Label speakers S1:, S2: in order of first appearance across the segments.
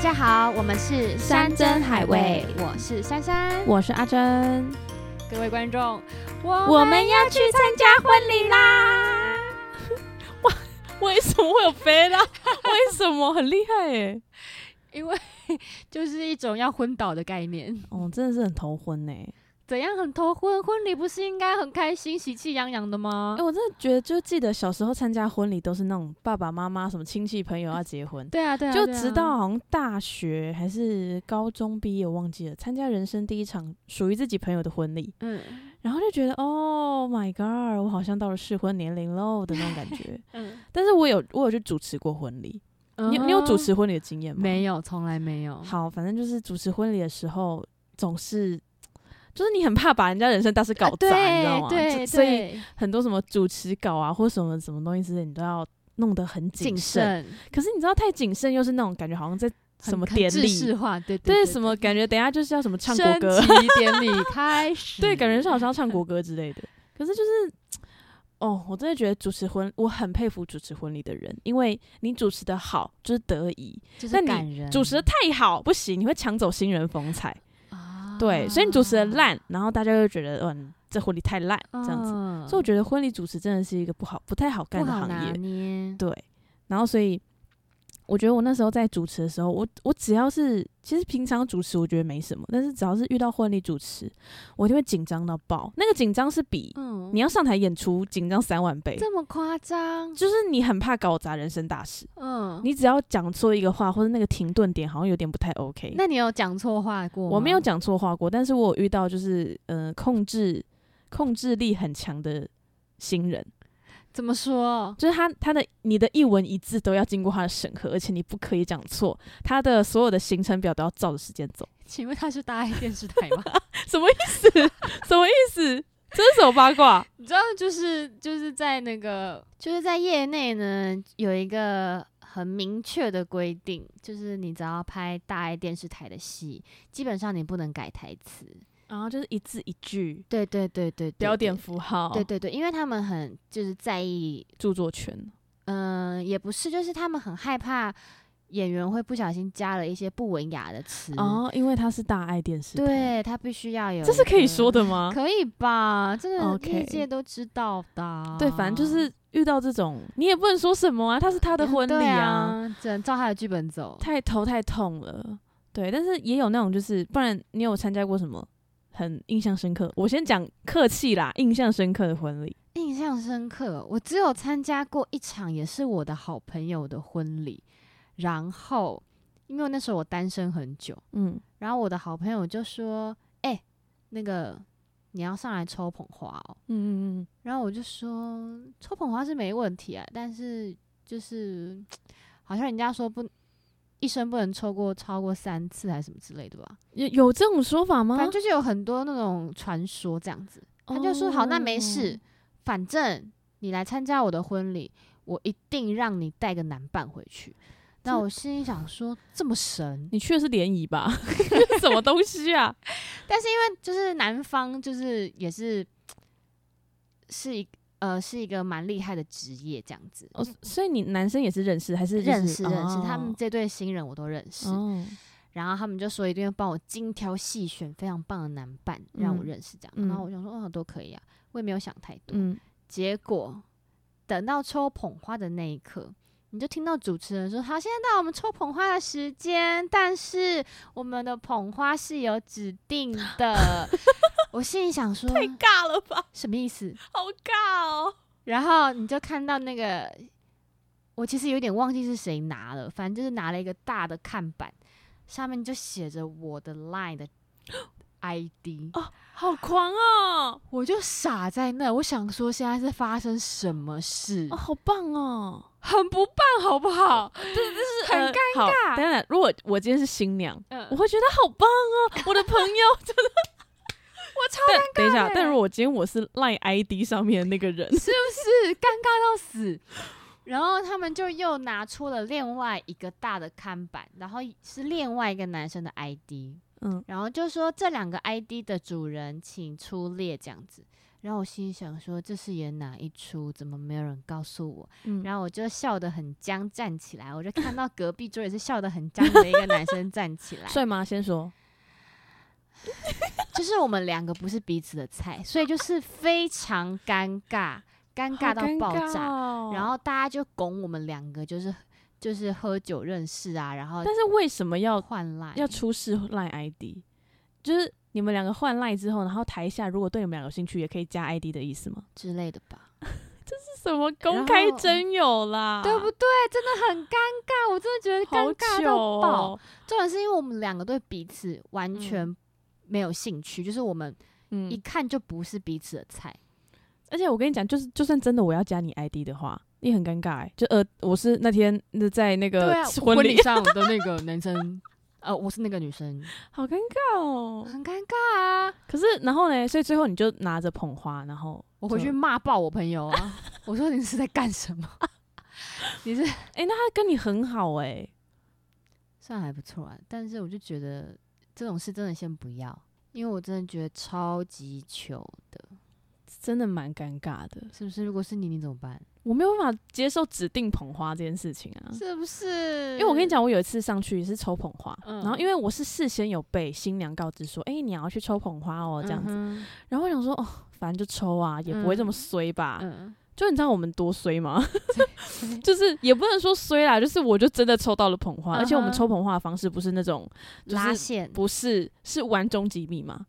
S1: 家好，我们是
S2: 山珍海味
S1: 我是珊珊，
S2: 我是阿珍，
S1: 各位观众，我
S2: 我们要去参加婚礼啦！ 哇，为什么会有飞啦？ 为什么很厉害耶？
S1: 因为 就是一种要昏倒的概念，
S2: 哦，真的是很头昏呢。哎、
S1: 怎样很头昏？婚礼不是应该很开心、喜气洋洋的吗？
S2: 我真的觉得，就记得小时候参加婚礼都是那种爸爸妈妈、什么亲戚朋友要结婚，
S1: 对啊，对啊，
S2: 就
S1: 对啊
S2: 直到好像大学还是高中毕业，我忘记了，参加人生第一场属于自己朋友的婚礼，
S1: 嗯
S2: 然后就觉得，Oh my god，我好像到了适婚年龄喽的那种感 觉。
S1: 嗯，
S2: 但是我有我有去主持过婚礼，你你有主持婚礼的经验吗？
S1: 哦没有？从来没有。
S2: 好，反正就是主持婚礼的时候，总是就是你很怕把人家人生大事搞
S1: 啊
S2: 砸，你知道
S1: 对
S2: 吗？
S1: 对，
S2: 就所以
S1: 对
S2: 很多什么主持稿啊，或什么什么东西之类，你都要弄得很谨
S1: 谨
S2: 慎。
S1: 慎，
S2: 可是你知道，太谨慎又是那种感觉，好像在什么
S1: 很
S2: 典
S1: 很制式
S2: 礼，
S1: 化，对
S2: 对
S1: 对，
S2: 什么感觉，等一下就是要什么唱
S1: 升
S2: 国歌，
S1: 旗典礼开始，
S2: 对，感觉是好像要唱 国歌之类的。可是就是。哦，我真的觉得主持婚，我很佩服主持婚礼的人，因为你主持的好就是得宜，
S1: 就是
S2: 那你
S1: 感人，
S2: 主持的太好不行，你会抢走新人风采。
S1: 啊
S2: 对，所以你主持的烂，然后大家就觉得，嗯，这婚礼太烂这样子。
S1: 嗯
S2: 所以我觉得婚礼主持真的是一个不好、不太好干
S1: 不
S2: 的
S1: 好
S2: 行
S1: 拿
S2: 业。
S1: 捏，
S2: 对，然后所以我觉得我那时候在主持的时候，我我只要是其实平常主持我觉得没什么，但是只要是遇到婚礼主持，我就会紧张到爆。那个紧张是比
S1: 嗯
S2: 你要上台演出紧张三万倍，
S1: 这么夸张？
S2: 就是你很怕搞砸人生大事。
S1: 嗯，
S2: 你只要讲错一个话，或者那个停顿点好像有点不太 OK，
S1: 那你有讲错话过吗？
S2: 我没有讲错话过，但是我有遇到就是呃控制控制力很强的新人，
S1: 怎么说？
S2: 就是他他的你的一文一字都要经过他的审核，而且你不可以讲错，他的所有的行程表都要照着时间走，
S1: 请问他是大爱电视台吗？
S2: 什么意思？什么意思？这是什么八卦？
S1: 你知道，就是就是在那个就是在业内呢，有一个很明确的规定，就是你只要拍大爱电视台的戏，基本上你不能改台词。
S2: 然后就是一字一句，
S1: 对对对对对，
S2: 标点
S1: 对
S2: 符号，
S1: 对对对，因为他们很就是在意
S2: 著作权，
S1: 嗯、也不是，就是他们很害怕演员会不小心加了一些不文雅的词。
S2: 哦，因为他是大爱电视台，，
S1: 对他必须要有，
S2: 这是可以说
S1: 的，
S2: 的吗？
S1: 可以吧？这个
S2: OK
S1: 业界都知道的啊、
S2: 对，反正就是遇到这种，你也不能说什么啊，他是他的婚礼
S1: 对啊，只能照他的剧本走。
S2: 太头太痛了。对，但是也有那种就是，不然你有参加过什么很印象深刻？我先讲客气啦，印象深刻的婚礼
S1: 印象深刻，我只有参加过一场，也是我的好朋友的婚礼。然后，因为那时候我单身很久，
S2: 嗯，
S1: 然后我的好朋友就说：“哎、那个你要上来抽捧花哦。”
S2: 嗯嗯
S1: 然后我就说抽捧花是没问题啊，但是就是好像人家说不一生不能抽过超过三次还是什么之类的吧，
S2: 嗯，有有这种说法吗？
S1: 反正就是有很多那种传说这样子。他就说好，那
S2: 哦
S1: 没事，反正你来参加我的婚礼，我一定让你带个男伴回去。那
S2: 这
S1: 我心里想说这么神，
S2: 你去的是联谊吧？ 什么东西啊？
S1: 但是因为就是男方就是也是是一呃是一个蛮厉害的职业这样子，
S2: 哦，所以你男生也是认识还是
S1: 认识
S2: 哦
S1: 认识，他们这对新人我都认识，
S2: 哦，
S1: 然后他们就说一定要帮我精挑细选非常棒的男伴让我
S2: 嗯
S1: 认识这样，
S2: 嗯
S1: 然后我想说哦都可以啊，我也没有想太多。
S2: 嗯，
S1: 结果等到抽捧花的那一刻，你就听到主持人说好，现在到我们抽捧花的时间，但是我们的捧花是有指定的。 我心里想说
S2: 尬了吧，
S1: 什么意思？
S2: 好尬哦。
S1: 然后你就看到那个，我其实有点忘记是谁拿了，反正就是拿了一个大的看板，上面就写着我的 line 的 ID，、
S2: 哦好狂哦！
S1: 我就傻在那，我想说现在是发生什么事，
S2: 哦，好棒哦！
S1: 很不棒，好不好？
S2: 就是呃
S1: 很
S2: 尴
S1: 尬
S2: 当然，如果我今天是新娘，
S1: 嗯
S2: 我会觉得好棒哦，我的朋友真的。
S1: 我超
S2: 但等一下，但如果我今天我是 Line ID 上面的那个人，
S1: 是不是尴尬到死？然后他们就又拿出了另外一个大的看板，然后是另外一个男生的 ID，
S2: 嗯，
S1: 然后就说这两个 ID 的主人请出列这样子。然后我心里想说，这是演哪一出？怎么没有人告诉我？
S2: 嗯，，
S1: 然后我就笑得很僵，站起来，我就看到隔壁桌也是笑得很僵的一个男生站起来
S2: 帅吗？先说，
S1: 就是我们两个不是彼此的菜，所以就是非常尴尬，尴尬到爆炸。
S2: 炸
S1: 然后大家就拱我们两个，就是就是喝酒认识啊，然后
S2: 但是为什么要
S1: 换赖
S2: 要出示赖 ID？就是你们两个换赖之后，然后台下如果对你们俩有兴趣，也可以加 ID 的意思吗？
S1: 之类的吧，
S2: 是什么
S1: 然
S2: 公
S1: 后
S2: 开真友啦？
S1: 对不对？真的很尴尬，我真的觉得
S2: 好
S1: 尴尬
S2: 糗
S1: 到爆。
S2: 哦，
S1: 重点是因为我们两个对彼此完全没有兴趣，就是我们一
S2: 嗯，
S1: 看就不是彼此的菜。
S2: 而且我跟你讲，就是就算真的我要加你 ID 的话，也很尴尬、欸。就呃，我是那天那在那
S1: 对
S2: 个
S1: 啊，
S2: 呃 婚
S1: 礼上的那个男生， 呃，我是那个女生，
S2: 好尴尬哦。
S1: 很尴尬啊！
S2: 可是然后呢，所以最后你就拿着捧花，然后
S1: 我回去
S2: 就
S1: 骂爆我朋友 啊！我说你是在干什么？ 你是
S2: 哎、那他跟你很好哎、
S1: 算还不错啊，但是我就觉得这种事真的先不要，因为我真的觉得超级糗的，
S2: 真的蛮尴尬的。
S1: 是不是？如果是你，你怎么办？
S2: 我没有办法接受指定捧花这件事情啊，
S1: 是不是？
S2: 因为我跟你，讲，我有一次上去也是抽捧花，
S1: 嗯
S2: 然后因为我是事先有被新娘告知说，哎、你要去抽捧花哦，这样子，
S1: 嗯
S2: 然后我想说，哦，反正就抽啊，也不会这么衰吧，
S1: 哼嗯
S2: 就你知道我们多衰吗？ 就是也不能说衰啦，就是我就真的抽到了捧花，
S1: 嗯哼
S2: 而且我们抽捧花的方式不是那种，就是
S1: 拉线
S2: 不是是玩终极密码，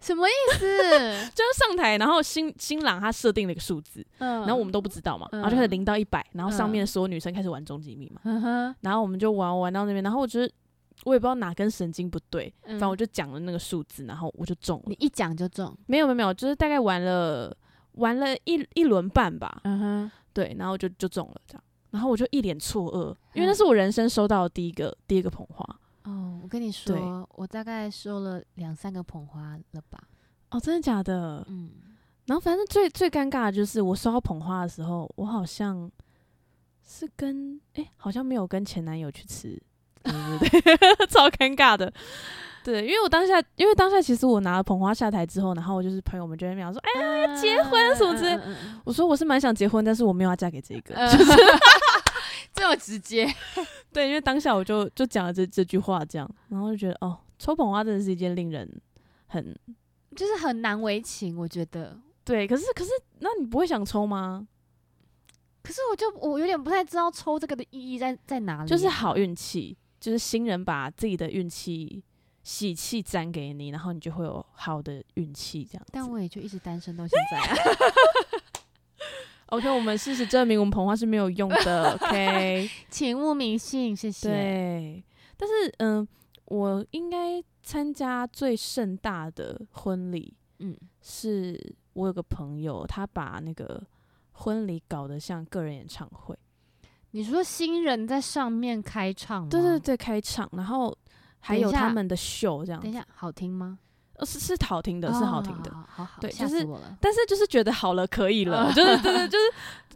S1: 什么意 思？
S2: 就是上台，然后新新郎他设定了一个数字，
S1: 嗯，
S2: 然后我们都不知道嘛，
S1: 嗯
S2: 然后就是零到一百，然后上
S1: 嗯
S2: 面的所有女生开始玩终极密码，
S1: 嗯哼，
S2: 然后我们就玩玩到那边，然后我觉得我也不知道哪根神经不对，
S1: 反
S2: 反正我就讲了那个数字，然后我就中了
S1: 嗯你。一讲就中，
S2: 没有没有没有，就是大概玩了玩了一一轮半吧，
S1: 嗯哼，
S2: 对，然后就就中了这样，然后我就一脸错愕，因为那是我人生收到的第一个第一个捧花。
S1: 哦，我跟你
S2: 对
S1: 说，我大概收了两三个捧花了吧，
S2: 哦，真的假的？
S1: 嗯，
S2: 然后反正最最尴尬的就是我收到捧花的时候，我好像是跟哎、好像没有跟前男友去吃，对对 对，超尴尬的。对，因为我当下，因为当下其实我拿了捧花下台之后，然后我就是朋友们就在那边讲说，哎、
S1: 要
S2: 结
S1: 嗯
S2: 婚什么之类我说我是蛮想结婚，但是我没有要嫁给 这个。
S1: 就是 这么直接，
S2: 对，因为当下我就就讲了这这句话，这样，然后就觉得哦，抽捧花真的是一件令人很
S1: 就是很难为情，我觉得。
S2: 对。可是可是，那你不会想抽吗？
S1: 可是我就我有点不太知道抽这个的意义在在哪里啊，
S2: 就是好运气，就是新人把自己的运气喜气沾给你，然后你就会有好的运气这样子。
S1: 但我也就一直单身到现在啊、
S2: OK，我们事实证明，我们捧花是没有用 的。OK，
S1: 请勿迷信，谢谢。
S2: 对，但是嗯、我应该参加最盛大的婚礼，
S1: 嗯，
S2: 是我有个朋友，他把那个婚礼搞得像个人演唱会，
S1: 你说新人在上面开唱吗？
S2: 对对，对，开场，然后还
S1: 等
S2: 有
S1: 一下
S2: 他们的秀这样
S1: 等一
S2: 子，
S1: 下，好听吗？
S2: 呃是是好听的，是好听的
S1: 哦，好好好好，
S2: 对
S1: 吓
S2: 就是
S1: 死我了。
S2: 但是就是觉得好了，可以了，就是对对，就是。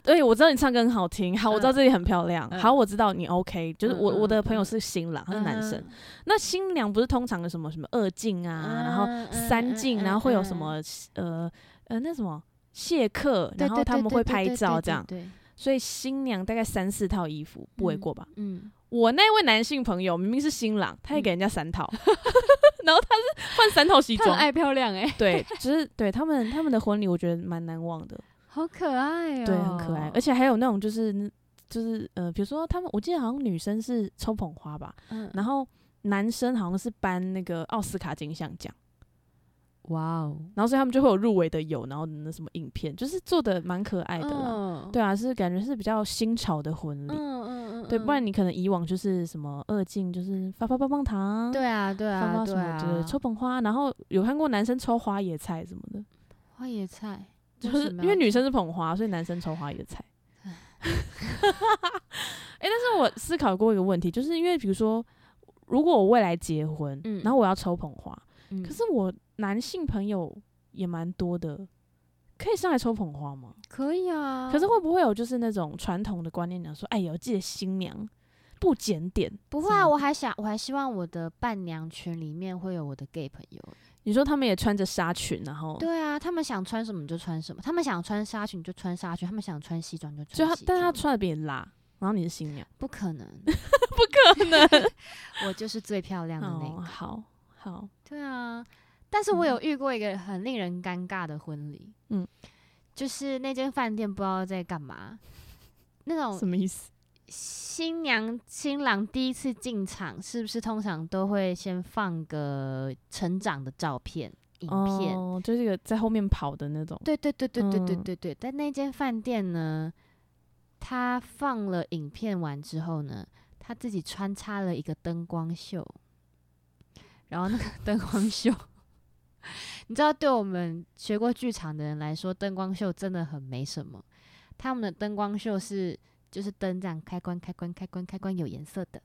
S2: 而且我知道你唱歌很好听，好，我知道
S1: 嗯
S2: 这里很漂亮，
S1: 嗯
S2: 好，我知道你 OK，就是我
S1: 嗯嗯
S2: 我的
S1: 嗯
S2: 朋友是新郎，他是男生，那新娘不是通常有什么什么二进
S1: 嗯，
S2: 啊，然后
S1: 嗯
S2: 三进，然后会有什？么呃呃那什么谢客，然后他们会拍照这样，
S1: 对，
S2: 所以新娘大概三四套衣服不为过吧。
S1: 嗯，
S2: 我那位男性朋友明明是新郎，他也给人家 三套，然后他是换三套西
S1: 她很
S2: 装，
S1: 爱漂亮哎，
S2: 对，就是对他们他们的婚礼，我觉得蛮难忘的，
S1: 好可爱哦，
S2: 对，很可爱，而
S1: 且
S2: 且还有那种就是就是呃，比如说他们，我记得好像女生是抽捧花吧，
S1: 嗯
S2: 然后男生好像是颁那个奥斯卡金像奖。
S1: 哇哦，
S2: 然后所以他们就会有入围的有，然后那什么影片，就是做的蛮可爱的啦。
S1: 嗯，
S2: 对啊，是感觉是比较新潮的婚礼。
S1: 嗯嗯嗯，
S2: 对，不然
S1: 嗯
S2: 你可能以往就是什么二进，就是发发棒棒糖，
S1: 对啊对
S2: 发
S1: 啊
S2: 发
S1: 对
S2: 什么
S1: 啊
S2: 的，抽捧花，然后有看过男生抽花野菜什么的，
S1: 花野菜，
S2: 就是因为女生是捧花，所以男生抽花野菜。哎、但是我思考过一个问题，就是因为比如说，如果我未来结婚，
S1: 嗯
S2: 然后我要抽捧花，
S1: 嗯，
S2: 可是我男性朋友也蛮多的，可以上来抽捧花吗？
S1: 可以啊，
S2: 可是会不会有就是那种传统的观念讲说，哎呦，记得新娘不检点，嗯
S1: 不会啊，我还想，我还希望我的伴娘群里面会有我的 gay 朋友，
S2: 你说他们也穿着纱裙，然后
S1: 对啊，他们想穿什么就穿什么，他们想穿纱裙就穿纱裙，他们想穿西装就
S2: 就
S1: 穿
S2: 他
S1: 西，
S2: 但他
S1: 装。
S2: 穿的比你辣，然后你是新娘，
S1: 不可能，
S2: 不可能。
S1: 我就是最漂亮的那
S2: 哦，
S1: 个。
S2: 好好，
S1: 对啊，但是我有遇过一个很令人尴尬的婚礼，
S2: 嗯，
S1: 就是那间饭店不知道在干嘛，那种
S2: 什么意思？
S1: 新娘新郎第一次进场，是不是通常都会先放个成长的照片、影片？
S2: 哦，就是一个在后面跑的那种。
S1: 对对对对对对
S2: 嗯
S1: 对对。但那间饭店呢，他放了影片完之后呢，他自己穿插了一个灯光秀，然后 那个灯光秀。 你知道，对我们学过剧场的人来说，灯光秀真的很没什么。他们的灯光秀是就是灯这样开关开关开关开关有颜色的，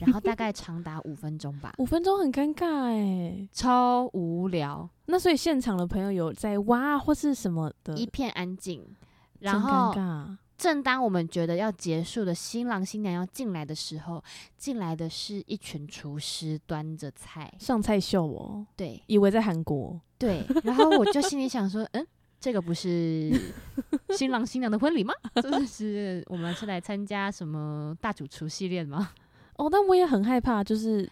S1: 然后大概长达五分钟 吧，
S2: 五分钟很尴尬哎，
S1: 超无聊。
S2: 那所以现场的朋友有在哇或是什么的，
S1: 一片安静。
S2: 嗯真
S1: 然后
S2: 尴，尬，
S1: 正当我们觉得要结束的新郎新娘要进来的时候，进来的是一群厨师端着菜，
S2: 上菜秀哦，
S1: 对
S2: 以为在韩国，
S1: 对。然后我就心里想说，嗯，这个不 是新郎新娘的婚礼吗？ 这是我们是来参加什么大主厨系列的吗？
S2: 哦，但我也很害怕，就是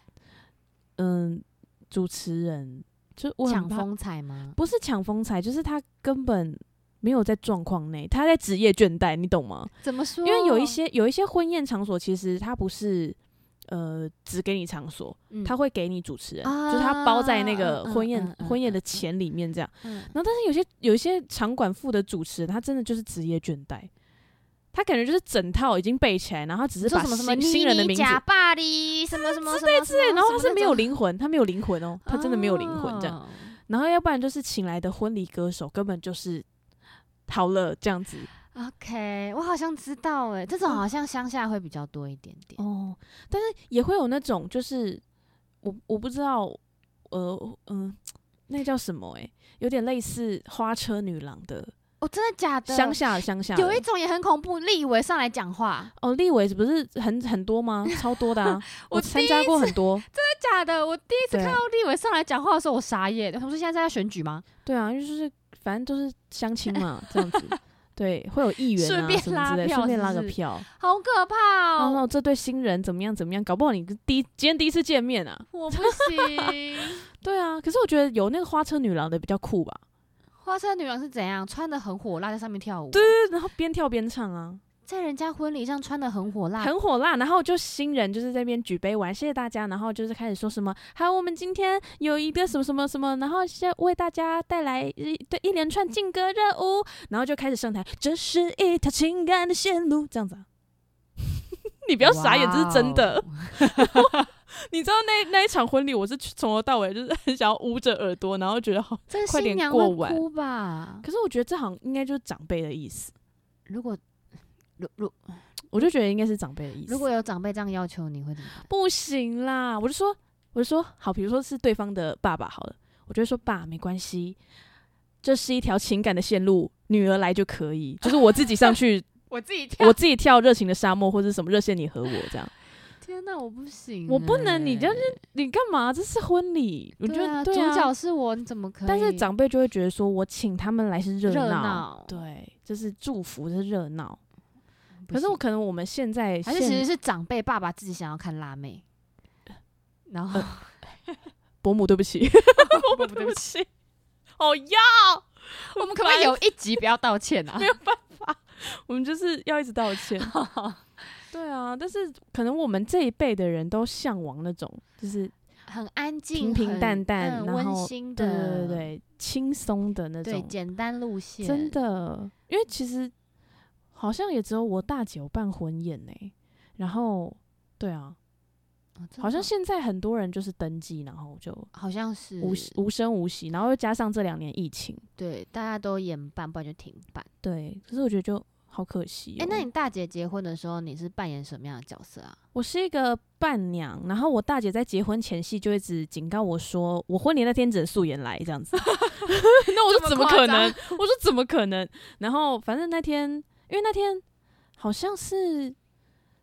S2: 嗯，主持人就我很
S1: 抢
S2: 怕，
S1: 风采吗？
S2: 不是抢风采，就是他根本没有在状况内，他在职业倦怠，你懂吗？
S1: 怎么说？
S2: 因为有一些有一些婚宴场所，其实它不是呃只给你场所，
S1: 嗯，
S2: 它会给你主持人，
S1: 啊
S2: 就是它包在那个
S1: 嗯
S2: 婚宴、
S1: 嗯嗯
S2: 婚宴的钱里面这样。
S1: 嗯
S2: 然后，但是有些有一些场馆付的主持人，他真的就是职业倦怠，他感觉就是整套已经背起来，然后他只是
S1: 说
S2: 把
S1: 什么什么
S2: 新新人的
S1: 妮妮
S2: 名字
S1: 贾巴黎什么什么之类之
S2: 对，然后他是没有灵魂，他没有灵魂哦，他真的没有灵魂这样。
S1: 哦
S2: 然后要不然就是请来的婚礼歌手根本就是好了这样子
S1: OK，我好像知道哎，这种
S2: 嗯
S1: 好像乡下会比较多一点点。
S2: 哦，但是也会有那种就是我我不知道，呃嗯、那叫什么诶、欸有点类似花车女郎的
S1: 哦，真的假的？
S2: 乡下乡下的
S1: 有一种也很恐怖，立委上来讲话，
S2: 哦，立伟不是很很多吗？超多
S1: ，
S2: 的啊
S1: 我
S2: 我参加过很多，
S1: 真的假的？我第一次
S2: 对
S1: 看到立委上来讲话的时候，我傻眼。我说现在在选举吗？
S2: 对啊，就是反正都是相亲嘛 这样子。对，会有议员
S1: 顺
S2: 啊
S1: 便
S2: 什么
S1: 拉
S2: 之类，
S1: 票
S2: 顺便
S1: 是
S2: 拉
S1: 不
S2: 个
S1: 是
S2: 票。
S1: 好可怕
S2: 然
S1: 哦！
S2: 后这对新人怎么样怎么样，搞不好你第一今天第一次见面啊。
S1: 我不行。
S2: 对啊，可是我觉得有那个花车女郎的比较酷吧。
S1: 花车女郎是怎样？穿的很火辣，在上面跳舞。
S2: 对，然后边跳边唱啊，
S1: 在人家婚礼上穿的很火辣。
S2: 很火辣。然后就新人就是在那边举杯玩，谢谢大家。然后就是开始说什么，还有我们今天有一个什么什么什么，然后现在为大家带来一对一连串劲歌热舞，然后就开始上台，这是一条情感的线路，这样子啊。你不
S1: 不
S2: 要傻眼，这是真的。。
S1: 哦
S2: 你知道那那一场婚礼，我是从头到尾就是很想要捂着耳朵，然后觉得好
S1: 这
S2: 快
S1: 新
S2: 点
S1: 娘
S2: 过
S1: 会
S2: 完
S1: 哭吧？
S2: 可是我觉得这好像应该就是长辈的意思，
S1: 如果如如
S2: 我就觉得应该是长辈的意思。
S1: 如果有长辈这样要求，你会怎么办？
S2: 不行啦，我就说，我就说好，比如说是对方的爸爸好了，我就会说爸，没关系，这是一条情感的线路，女儿来就可 以，就是我自己上 去，
S1: 我自己跳
S2: 我自己跳热情的沙漠或者什么热线你和我这样，
S1: 天哪，我不行欸、
S2: 我不能你就是你干嘛？这是婚礼，我觉
S1: 对
S2: 得
S1: 啊，
S2: 对
S1: 主
S2: 啊
S1: 角，是我，你怎么可以？
S2: 但是长辈就会觉得说我请他们来是热
S1: 热
S2: 闹，
S1: 闹，
S2: 对，就是祝福这是热闹。
S1: 不
S2: 可是我
S1: 行
S2: 可能我们现在
S1: 还是
S2: 现
S1: 其实是长辈爸爸自己想要看辣妹，
S2: 呃
S1: 然后、
S2: 伯母，对不起，
S1: 不不对不起，
S2: 起， 哦 呀，
S1: 我们可不可以有一集不要道歉 啊？
S2: 我们就是要一直道歉。对啊，但是可能我们这一辈的人都向往那种，就是
S1: 很安静，
S2: 平平
S1: 很
S2: 淡淡
S1: 嗯
S2: 然
S1: 温
S2: 后
S1: 馨
S2: 对对
S1: 的，
S2: 对对轻松的那
S1: 对
S2: 种，
S1: 简单路线，
S2: 真的。因为其实好像也只有我大姐有办婚宴呢、然后对啊，
S1: 哦真的
S2: 好像现在很多人就是登记，然后就
S1: 好像是
S2: 无息无声无息，然后又加上这两年疫情，
S1: 对，大家都演办，不然就停办。
S2: 对，可是我觉得就好可惜、哦
S1: 哎、那你大姐结婚的时候，你是扮演什么样的角色啊？
S2: 我是一个伴娘，然后我大姐在结婚前夕就一直警告我说，我婚礼那天只能素颜来这样子。 那我说
S1: 这
S2: 怎
S1: 么
S2: 么
S1: 夸
S2: 可
S1: 张
S2: 能？我说怎么可能？然后反正那天，因为那天好像是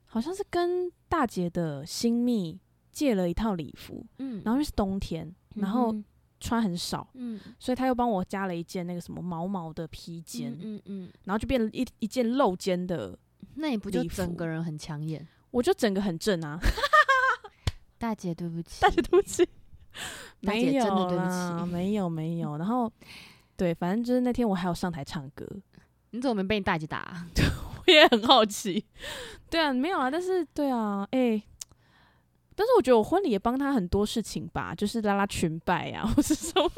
S2: 好像是跟大姐的新密借了一套礼服，
S1: 嗯
S2: 然后因为是冬天，然后
S1: 嗯
S2: 穿很少，
S1: 嗯，
S2: 所以他又帮我加了一件那个什么毛毛的披肩，
S1: 嗯嗯，
S2: 然后就变一一件露肩的，
S1: 那你不就
S2: 礼
S1: 整
S2: 服
S1: 个人很抢眼？
S2: 我就整个很正啊，
S1: 大姐，对不起，
S2: 大姐对不起，
S1: 大
S2: 没
S1: 姐
S2: 有
S1: 真的对不
S2: 啦，
S1: 起
S2: 没有没有，然后对，反正就是那天我还有上台唱歌，
S1: 你怎么没被你大姐打啊？
S2: 我也很好奇。对啊，没有啊，但是对啊，哎、但是我觉得我婚礼也帮他很多事情吧，就是拉拉裙摆啊，或是什么。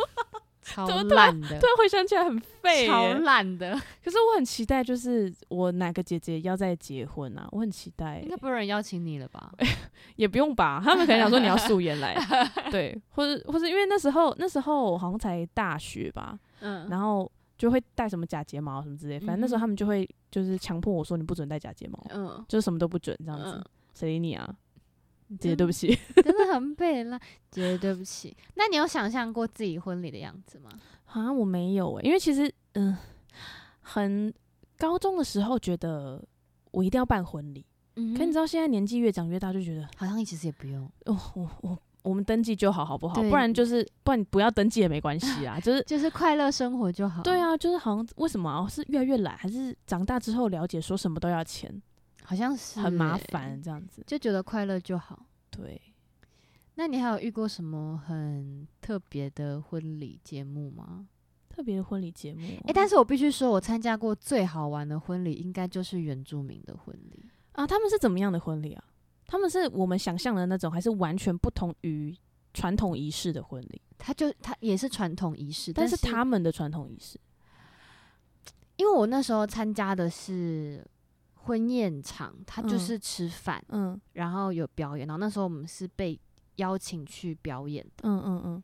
S1: 超
S2: 怎么突
S1: 烂的
S2: 突，然回想起来很废耶、
S1: 超烂的，
S2: 可是我很期待，就是我哪个姐姐要再结婚啊？我很期待、
S1: 应该不会有人邀请你了吧？
S2: 也不用吧？他们可能想说你要素 颜来，对，或者或是因为那时候那时候我好像才大学吧，
S1: 嗯，
S2: 然后就会戴什么假睫毛什么之类，反正那时候他们就会就是强迫我说你不准戴假睫毛，
S1: 嗯，
S2: 就是什么都不准这样子
S1: 嗯。
S2: 谁理你啊？姐
S1: 真
S2: 姐，对不起。
S1: 真的很北烂。姐姐，对不起。那你有想象过自己婚礼的样子吗？
S2: 好像我没有诶、因为其实嗯，很高中的时候觉得我一定要办婚礼，
S1: 嗯
S2: 可你知
S1: 道，
S2: 道现在年纪越长越大，就觉得
S1: 好像其实也不用，
S2: 哦，我我我们登记就好，好不好？
S1: 对
S2: 不然就是不然你不要登记也没关系 啊，就是。
S1: 就是快乐生活就好。
S2: 对，啊，就是好像为什么啊？是越来越懒，还是长大之后了解说什么都要钱，
S1: 好像是
S2: 很
S1: 欸，
S2: 麻烦这样子？
S1: 就觉得快乐就好。
S2: 对，
S1: 那你还有遇过什么很特别的婚礼节目吗？
S2: 特别的婚礼节目哦，
S1: 诶、但是我必须说，我参加过最好玩的婚礼，应该就是原住民的婚礼。
S2: 啊，他们是怎么样的婚礼啊？他们是我们想象的那种，还是完全不同于传统仪式的婚礼？
S1: 他就他也是传统仪式，
S2: 但
S1: 但
S2: 是
S1: 是
S2: 他们的传统仪式，
S1: 因为我那时候参加的是婚宴场，他就
S2: 嗯
S1: 是吃饭，
S2: 嗯
S1: 然后有表演，然后那时候我们是被邀请去表演的。
S2: 嗯嗯嗯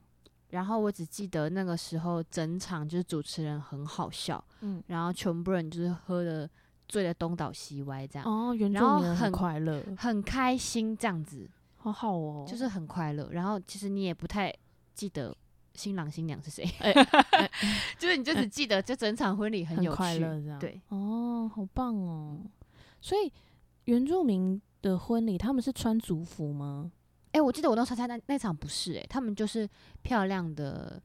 S1: 然后我只记得那个时候整场就是主持人很好笑，
S2: 嗯。
S1: 然后全部人就是喝的醉的东倒西歪这样，
S2: 哦，原住
S1: 然后
S2: 民人
S1: 很
S2: 很快乐，
S1: 很开心这样子，
S2: 好好哦。
S1: 就是很快乐。然后其实你也不太记得新郎新娘是谁，
S2: 哎
S1: 就是你就只记得这整场婚礼很有
S2: 很
S1: 趣，
S2: 快乐这样。，
S1: 对，嗯
S2: 哦，好棒哦。所以原住民的婚礼，他们是穿族服吗？
S1: 哎、我记得我那时候参加那那场不是哎、他们就是漂亮的，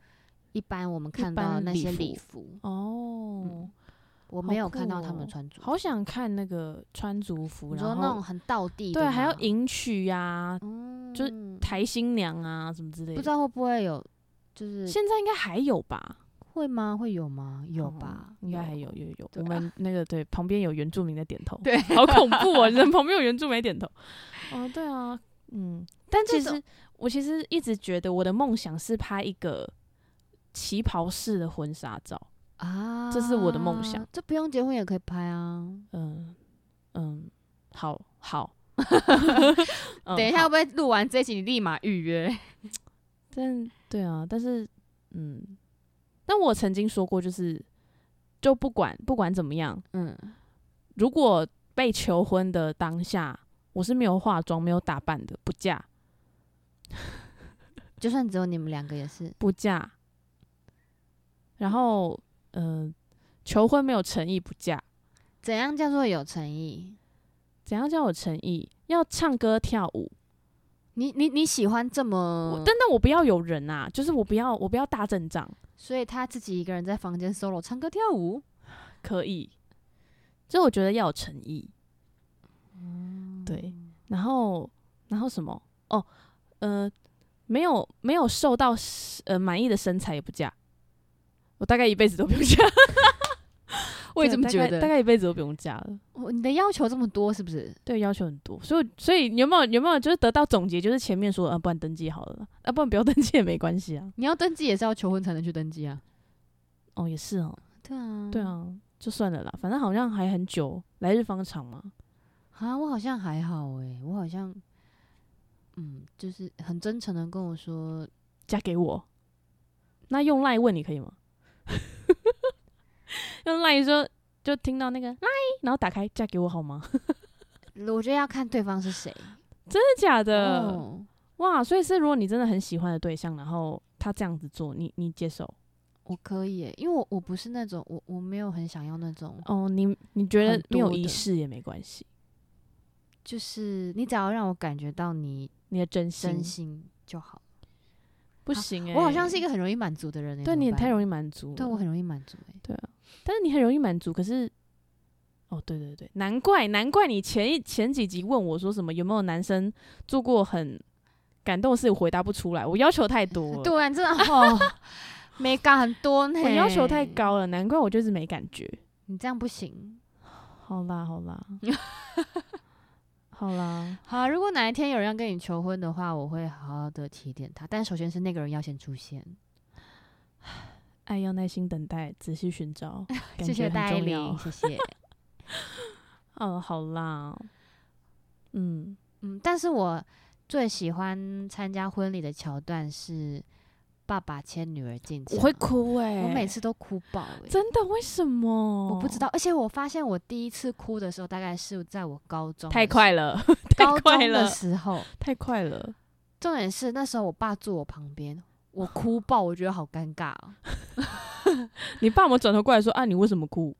S1: 一般我们看到的
S2: 般
S1: 那
S2: 礼
S1: 些
S2: 服
S1: 礼服，
S2: 哦，
S1: 嗯我
S2: 好
S1: 没有看
S2: 酷
S1: 到他们
S2: 哦
S1: 穿着。
S2: 好想看那个穿族服，
S1: 你
S2: 然
S1: 说那种
S2: 后
S1: 很道地的
S2: 对，
S1: 吗，
S2: 还要迎娶呀、
S1: 嗯，
S2: 就是抬新娘啊什么之类的。
S1: 不知道会不会有，就是
S2: 现在应该还有吧？
S1: 会吗？会有吗？有
S2: 哦
S1: 吧？
S2: 应该还有有有。
S1: 对
S2: 我
S1: 啊
S2: 们那个对旁边有原住民的点头，
S1: 对，
S2: 好恐怖哦！人 旁边有原住民点头。哦，对啊，嗯，但
S1: 这
S2: 其实我其实一直觉得我的梦想是拍一个旗袍式的婚纱照。
S1: 啊，
S2: 这是我的梦想，
S1: 这不用结婚也可以拍啊。
S2: 嗯嗯，好好。 嗯
S1: 等一下，
S2: 好
S1: 会不会录完这一集你立马预约？
S2: 但对啊，但是嗯，但我曾经说过，就是就不管不管怎么样，
S1: 嗯，
S2: 如果被求婚的当下，我是没有化妆、没有打扮的，不嫁
S1: 就算只有你们两个也是，
S2: 不嫁。然后，嗯、求婚没有诚意不嫁，
S1: 怎样叫做有诚意？
S2: 怎样叫有诚意？要唱歌跳舞，
S1: 你你你喜欢这
S2: 我
S1: 么
S2: 但？但我不要有人啊，就是我不要我不要大阵仗，
S1: 所以他自己一个人在房间 solo 唱歌跳舞。
S2: 可以。就我觉得要有诚意，对。然后，然后什么？哦，呃，没有没有受到呃满意的身材也不嫁，我大概一辈子都不用 嫁。
S1: 我也这么
S2: 对大概
S1: 觉得
S2: 大概一辈子都不用嫁了。
S1: 哦，你的要求这么多是不是？
S2: 对，要求很多，所以我所以有没有有没有就是得到总结，就是前面说啊，不然登记好了啦，啊，不然不要登记也没关系啊。
S1: 你要登记也是要求婚才能去登记啊。
S2: 哦，也是哦，
S1: 对啊，
S2: 对。啊，就算了啦，反正好像还很久，来日方长嘛。
S1: 啊，我好像还好诶、我好像，嗯，就是很真诚的跟我说，
S2: 嫁给我，那用赖问你可以吗？ 用赖说，就听到那个赖，然后打开嫁给我好吗？ 真
S1: 我觉得要看对方是谁。
S2: 的假的？
S1: 哦，
S2: 哇，所以是如果你真的很喜欢的对象，然后他这样子做，你你接受？
S1: 我可以、欸，因为我我不是那种我我没有很想要那种，
S2: 哦，你你觉
S1: 很
S2: 得没
S1: 多
S2: 有仪
S1: 的
S2: 式也没关系，
S1: 就是你只要让我感觉到你
S2: 你的真心
S1: 真心就好。
S2: 不不行哎、
S1: 我好像是一个很容易满足的人、欸，
S2: 对你也太
S1: 易，
S2: 容易满足了，
S1: 对我很容易满足、欸，哎，
S2: 对啊，但是你很容易满足，可是，哦，对对对，难怪难怪你前一前几集问我说什么有没有男生做过很感动的事，我回答不出来，我要求太多 了，
S1: 对啊，你真 的哦，美感很多呢、
S2: 我要求太，高了，难怪我就是没感觉。
S1: 你这样不行。
S2: 好啦好啦， 好啦，
S1: 好啊、如果哪一天有人要跟你求婚的话，我会好好的提点他，但首先是那个人要先出现。
S2: 爱要耐心等待，仔细寻 找，感
S1: 谢
S2: 觉
S1: 谢
S2: 很
S1: 戴
S2: 重
S1: 琳，
S2: 要。
S1: 谢 谢。
S2: 哦，好啦，嗯，
S1: 嗯，但是我最喜欢参加婚礼的桥段是爸爸牵女儿进场，
S2: 我会，哭哎、
S1: 我每次都哭爆、欸，
S2: 真哦的为什么？
S1: 我不知道，而且我发现我第一次哭的时候，大概是在我高中的
S2: 太
S1: 时
S2: 快了， 太
S1: 高
S2: 快
S1: 中的
S2: 了，
S1: 时候。
S2: 太快了。
S1: 重点是那时候我爸坐我旁边， 我哭爆，我觉得好尴尬、哦，
S2: 你爸妈转头过来说：“啊，你为什么哭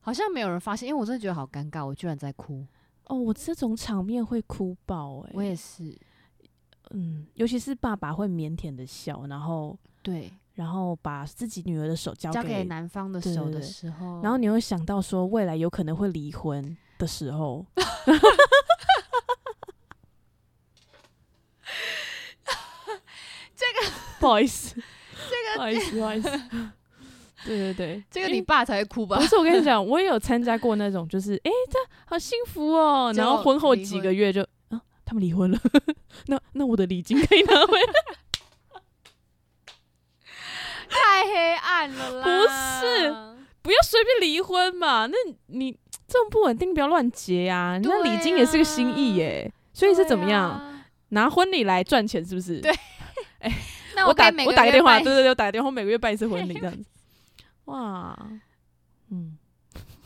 S1: 好像没有人发现，因为我真的觉得好尴尬，我居然在哭。？”
S2: 哦，我这种场面会哭爆哎、
S1: 我也是，
S2: 嗯，尤其是爸爸会腼腆的笑，然后
S1: 对，
S2: 然后把自己女儿的手交
S1: 交给男方的
S2: 对
S1: 手
S2: 对
S1: 的
S2: 对
S1: 时候，
S2: 然后你会想到说未来有可能会离婚的时 候，这 个不好意思，这个不好意思，不好意思， 对对对，
S1: 这个
S2: 因
S1: 你爸才会哭吧
S2: 不？是，我 跟你讲，我也有参加过那种，就是哎、诶这好幸福哦、
S1: 结
S2: 然
S1: 果
S2: 后婚后
S1: 离
S2: 几
S1: 婚
S2: 个月就啊，他们离婚了，那那我的礼金可以拿回 来？
S1: 太黑暗了啦！
S2: 不是，不要随便离婚嘛，那你这种不稳定，不要乱结啊。
S1: 对
S2: 那礼金也是个心意耶、所以是怎么样？
S1: 啊对啊？
S2: 拿婚礼来赚钱是不是？
S1: 对那可
S2: 我
S1: 以
S2: 打
S1: 每
S2: 我
S1: 个
S2: 打个
S1: 月
S2: 电话，
S1: 卖
S2: 对对对，我打个电话，我每个月办一次婚礼这样 子。哇，嗯，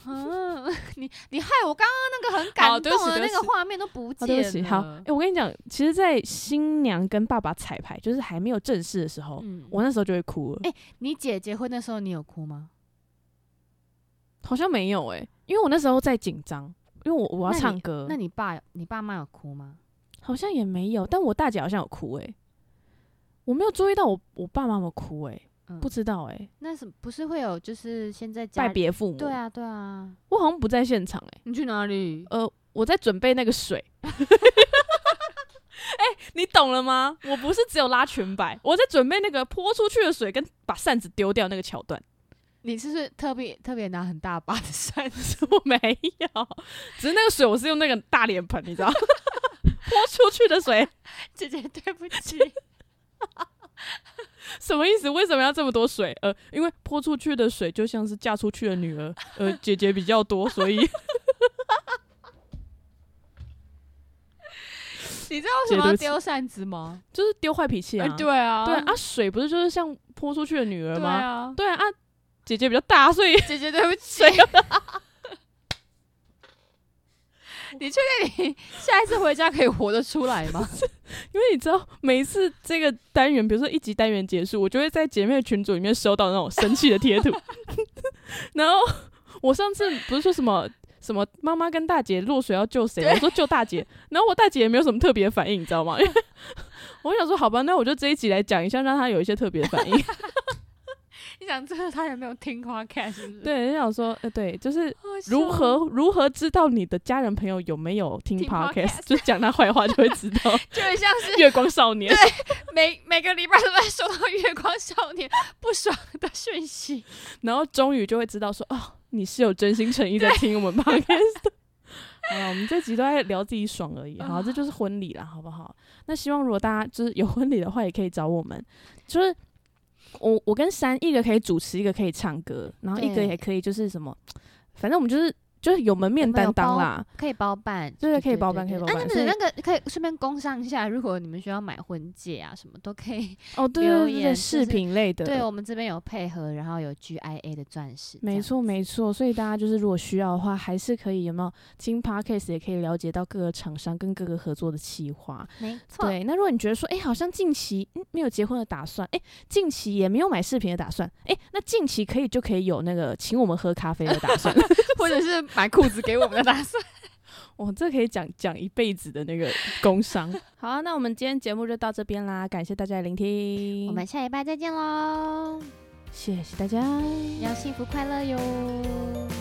S1: 嗯， 你你害我刚刚那个很
S2: 好
S1: 感
S2: 对不起
S1: 动的
S2: 对
S1: 那
S2: 不
S1: 个
S2: 起
S1: 画面都不
S2: 好、
S1: 见
S2: 对
S1: 了。
S2: 不起，好，哎、我跟你讲，其实，在新娘跟爸爸彩排，就是还没有正式的时候，
S1: 嗯，
S2: 我那时候就会哭了。
S1: 哎你姐结婚的时候你有哭吗？
S2: 好像没有哎、因为我那时候在紧张，因为我我
S1: 那
S2: 要
S1: 你
S2: 唱歌
S1: 那，你爸你爸妈有哭吗？
S2: 好像也没有，但我大姐好像有哭哎、我没有注意到我我爸妈有没有哭哎、
S1: 嗯
S2: 不知道哎、
S1: 那是不是会有就是现在家
S2: 拜别父母，
S1: 对，啊对啊，
S2: 我好像不在现场哎、
S1: 你去哪里？
S2: 呃，我在准备那个 水。哎、你懂了吗？我不是只有拉裙摆，我在准备那个泼出去的水跟把扇子丢掉那个桥段。
S1: 你是不是特别特别拿很大把的扇子？
S2: 我没有，只是那个水我是用那个大脸盆，你知道， 泼出去的水
S1: 姐姐对不 起，
S2: 什么意思？为什么要这么多水？呃，因为泼出去的水就像是嫁出去的女儿，呃，姐姐比较多，所以
S1: 你知道为什么
S2: 姐对
S1: 要
S2: 不起
S1: 丢扇子吗？
S2: 就是丢坏脾气啊。
S1: 哎对啊，
S2: 对啊，水不是就是像泼出去的女儿
S1: 对
S2: 吗？
S1: 啊，
S2: 对啊，啊姐姐比较大，所以
S1: 姐姐对不起。 你确定你下一次回家可以活得出来吗？
S2: 因为你知道，每一次这个单元，比如说一集单元结束，我就会在姐妹群组里面收到那种生气的贴图。 然后我上次不是说什么什么妈妈跟大姐落水要救谁，
S1: 对
S2: 我说救大姐，然后我大姐也没有什么特别反应，你知道吗？ 因为我想说，好吧，那我就这一集来讲一下，让她有一些特别反应。
S1: 你想这个他有没有听 podcast？，
S2: 对，就想说，呃，对，就是
S1: 好笑
S2: 如何如何知道你的家人朋友有没有听
S1: 听
S2: podcast，
S1: podcast
S2: 就讲他坏话就会知道。
S1: 就很像是
S2: 月光少年，
S1: 每每个礼拜都在收到月光少年不爽的讯息。
S2: 然后终于就会知道说，哦，你是有真心诚意在听我 们 podcast 的。好了，我们这集都在聊自己爽而已。好，这就是婚礼啦，好不好？那希望如果大家就是有婚礼的话，也可以找我们。就是我我跟珊，一个可以主持，一个可以唱歌，然后一个
S1: 对
S2: 也可以就是什么，反正我们就是就是有门面
S1: 我们有
S2: 担当啦。
S1: 可以包办，
S2: 对对可以包办
S1: 对
S2: 可以包
S1: 对
S2: 办
S1: 啊，
S2: 所以
S1: 那那个可以顺便工商一下，如果你们需要买婚戒啊，什么都可以。
S2: 哦，对
S1: 留
S2: 对对
S1: 言
S2: 对，哦
S1: 就是
S2: 饰品类的，
S1: 对我们这边有配合，然后有 GIA 的钻石，
S2: 没错，没错，所以大家就是如果需要的话，还是可以有没有听 podcast 也可以了解到各个厂商跟各个合作的企划。
S1: 这样，没错，
S2: 对，那如果你觉得说，哎、好像近期、嗯、没有结婚的打算，哎、近期也没有买饰品的打算，哎、那近期可以就 可以有那个请我们喝咖啡的打算。
S1: 或者是买裤子给我们的打算。
S2: 我我这可以讲讲一辈子的那个工伤。 好、啊，那我们今天节目就到这边啦，感谢大家的聆 听，
S1: 我们 下礼拜再见喽，
S2: 谢谢大家，
S1: 要幸福快乐哟。